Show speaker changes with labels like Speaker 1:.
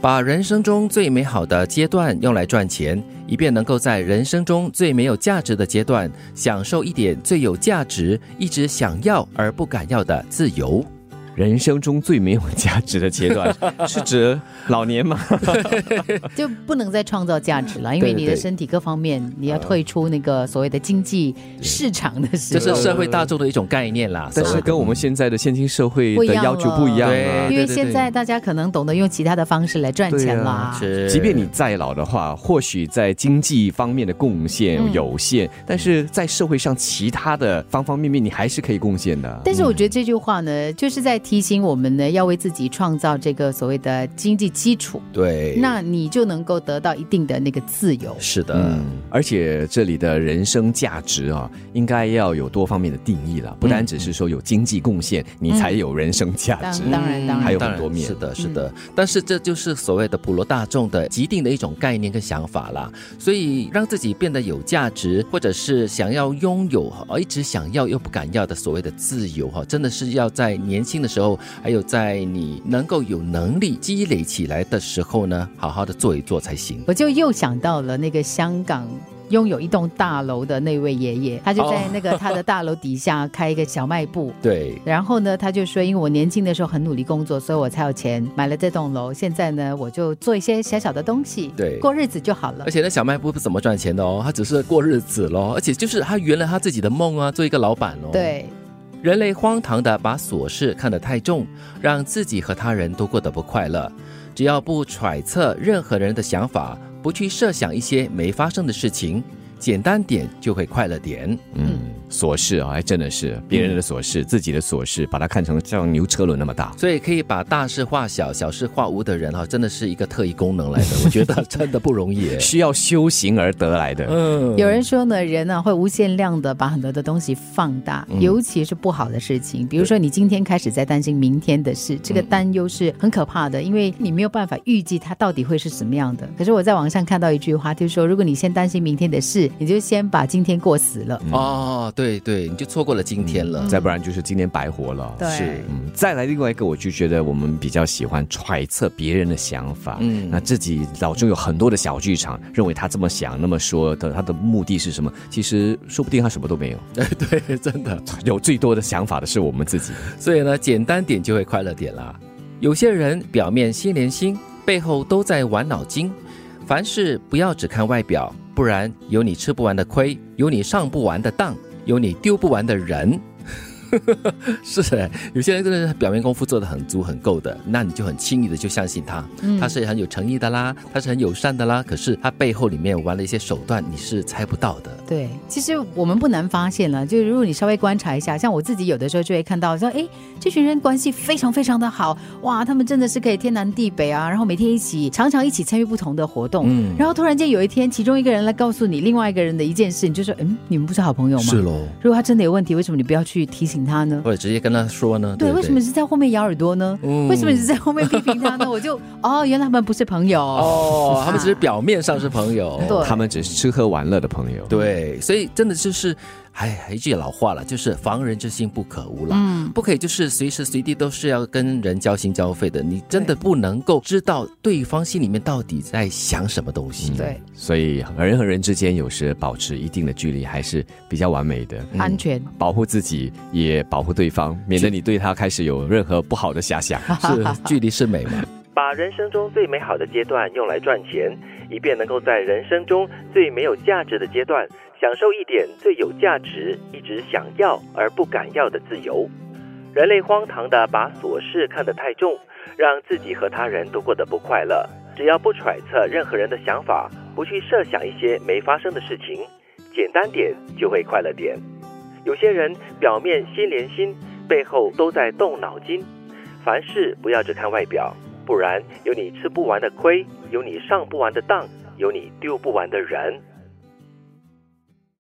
Speaker 1: 把人生中最美好的阶段用来赚钱，以便能够在人生中最没有价值的阶段，享受一点最有价值、一直想要而不敢要的自由。
Speaker 2: 人生中最没有价值的阶 段是指老年吗？
Speaker 3: 就不能再创造价值了，因为你的身体各方面，你要退出那个所谓的经济市场的时
Speaker 1: 这
Speaker 3: 候，
Speaker 1: 是社会大众的一种概念啦。
Speaker 2: 但
Speaker 1: 所
Speaker 2: 是
Speaker 1: 谓的
Speaker 2: 跟我们现在的现今社会
Speaker 3: 不一
Speaker 2: 的
Speaker 3: 样
Speaker 2: 要求
Speaker 3: 了
Speaker 2: 不一样
Speaker 1: 对
Speaker 2: 啊。
Speaker 3: 因为现在大家可能懂得用其他的方式来赚钱
Speaker 2: 对
Speaker 3: 啦
Speaker 2: 啊。
Speaker 1: 是
Speaker 2: 即便你再老的话，或许在经济方面的贡献
Speaker 3: 嗯
Speaker 2: 有限，但是在社会上其他的方方面面，你还是可以贡献的。
Speaker 3: 但是我觉得这句话呢，就是在提醒我们呢，要为自己创造这个所谓的经济基础，
Speaker 1: 对，
Speaker 3: 那你就能够得到一定的那个自由。
Speaker 1: 是的，
Speaker 2: 嗯，而且这里的人生价值啊，应该要有多方面的定义了，不单只是说有经济贡献，你才有人生价值。
Speaker 3: 嗯当然嗯当然
Speaker 2: 还有
Speaker 1: 当
Speaker 2: 很
Speaker 1: 然
Speaker 2: 多面
Speaker 1: 是。的，是的。但是这就是所谓的普罗大众的既定的一种概念跟想法啦。所以让自己变得有价值，或者是想要拥有，呃一直想要又不敢要的所谓的自由哈，真的是要在年轻的时候，还有在你能够有能力积累起来的时候呢，好好的做一做才行。
Speaker 3: 我就又想到了那个香港。拥有一栋大楼的那位爷爷，他就在那个他的大楼底下开一个小卖部。
Speaker 1: 对，
Speaker 3: 然后呢，他就说，因为我年轻的时候很努力工作，所以我才有钱买了这栋楼。现在呢，我就做一些小小的东西，
Speaker 1: 对
Speaker 3: 过日子就好了
Speaker 1: 而。且那小卖部不怎么赚钱的哦，他只是过日子咯，而且就是他圆了他自己的梦啊，做一个老板哦。。
Speaker 3: 对，
Speaker 1: 人类荒唐的把琐事看得太重，让自己和他人都过得不快乐。只要不揣测任何人的想法，不去设想一些没发生的事情，简单点就会快乐点。
Speaker 2: 嗯，琐事啊，还真的是别人的琐事，自己的琐事，把它看成像牛车轮那么大。
Speaker 1: 所以可以把大事化小、小事化无的人哈、真的是一个特异功能来的，我觉得真的不容易 耶。
Speaker 2: 需要修行而得来的。
Speaker 1: 嗯
Speaker 3: 有人说呢，人呢、会无限量的把很多的东西放大，
Speaker 1: 嗯
Speaker 3: 尤其是不好的事情。比如说，你今天开始在担心明天的事，这个担忧是很可怕的，因为你没有办法预计它到底会是什么样的。可是我在网上看到一句话，就是说，如果你先担心明天的事，你就先把今天过死了。
Speaker 1: 哦，对对，你就错过了今天了。
Speaker 2: 再不然就是今天白活了。
Speaker 3: 对
Speaker 1: 是
Speaker 2: 嗯，再来另外一个，我就觉得我们比较喜欢揣测别人的想法。
Speaker 1: 嗯
Speaker 2: 嗯，那自己脑中有很多的小剧场，认为他这么想、那么说的，他的目的是什么？其实说不定他什么都没有。
Speaker 1: 对，真的。
Speaker 2: 有最多的想法的是我们自己。
Speaker 1: 所以呢，简单点就会快乐点啦。有些人表面心连心，背后都在玩脑筋。凡事不要只看外表，不然有你吃不完的亏，有你上不完的当，有你丢不完的人。 是的，有些人真的是表面功夫做得很足很够的，那你就很轻易的就相信他，
Speaker 3: 嗯
Speaker 1: 他是很有诚意的啦，他是很友善的啦，可是他背后里面玩了一些手段，你是猜不到的。
Speaker 3: 对，其实我们不难发现了，就是如果你稍微观察一下，像我自己有的时候就会看到说，哎，这群人关系非常非常的好，哇，他们真的是可以天南地北啊，然后每天一起，常常一起参与不同的活动，
Speaker 1: 嗯
Speaker 3: 然后突然间有一天，其中一个人来告诉你另外一个人的一件事，你就说，嗯，你们不是好朋友吗？
Speaker 1: 喽，
Speaker 3: 如果他真的有问题，为什么你不要去提醒他呢？
Speaker 1: 或者直接跟他说呢？
Speaker 3: 对，
Speaker 1: 不
Speaker 3: 为什么是在后面咬耳朵呢？
Speaker 1: 嗯
Speaker 3: 为什么你是在后面批评他呢？我就哦，原来他们不是朋友。
Speaker 1: 哦，他们只是表面上是朋友。
Speaker 3: 啊对
Speaker 2: 他们只是吃喝玩乐的朋友。，
Speaker 1: 对，所以真的就是，哎，一句老话了，就是防人之心不可无啦。嗯，不可以就是随时随地都是要跟人交心交肺的，你真的不能够知道对方心里面到底在想什么东西。
Speaker 3: 对，
Speaker 2: 嗯所以人和人之间有时保持一定的距离还是比较完美的。
Speaker 1: 嗯
Speaker 2: 嗯
Speaker 3: 安全。
Speaker 2: 保护自己，也保护对方，免得你对他开始有任何不好的遐 想。
Speaker 1: 是距离是美嘛？
Speaker 4: 把人生中最美好的阶段用来赚钱，以便能够在人生中最没有价值的阶段，享受一点最有价值、一直想要而不敢要的自由。人类荒唐的把琐事看得太重，让自己和他人都过得不快乐。只要不揣测任何人的想法，不去设想一些没发生的事情，简单点就会快乐点。有些人表面心连心，背后都在动脑筋。凡事不要只看外表，不然有你吃不完的亏，有你上不完的当，有你丢不完的人。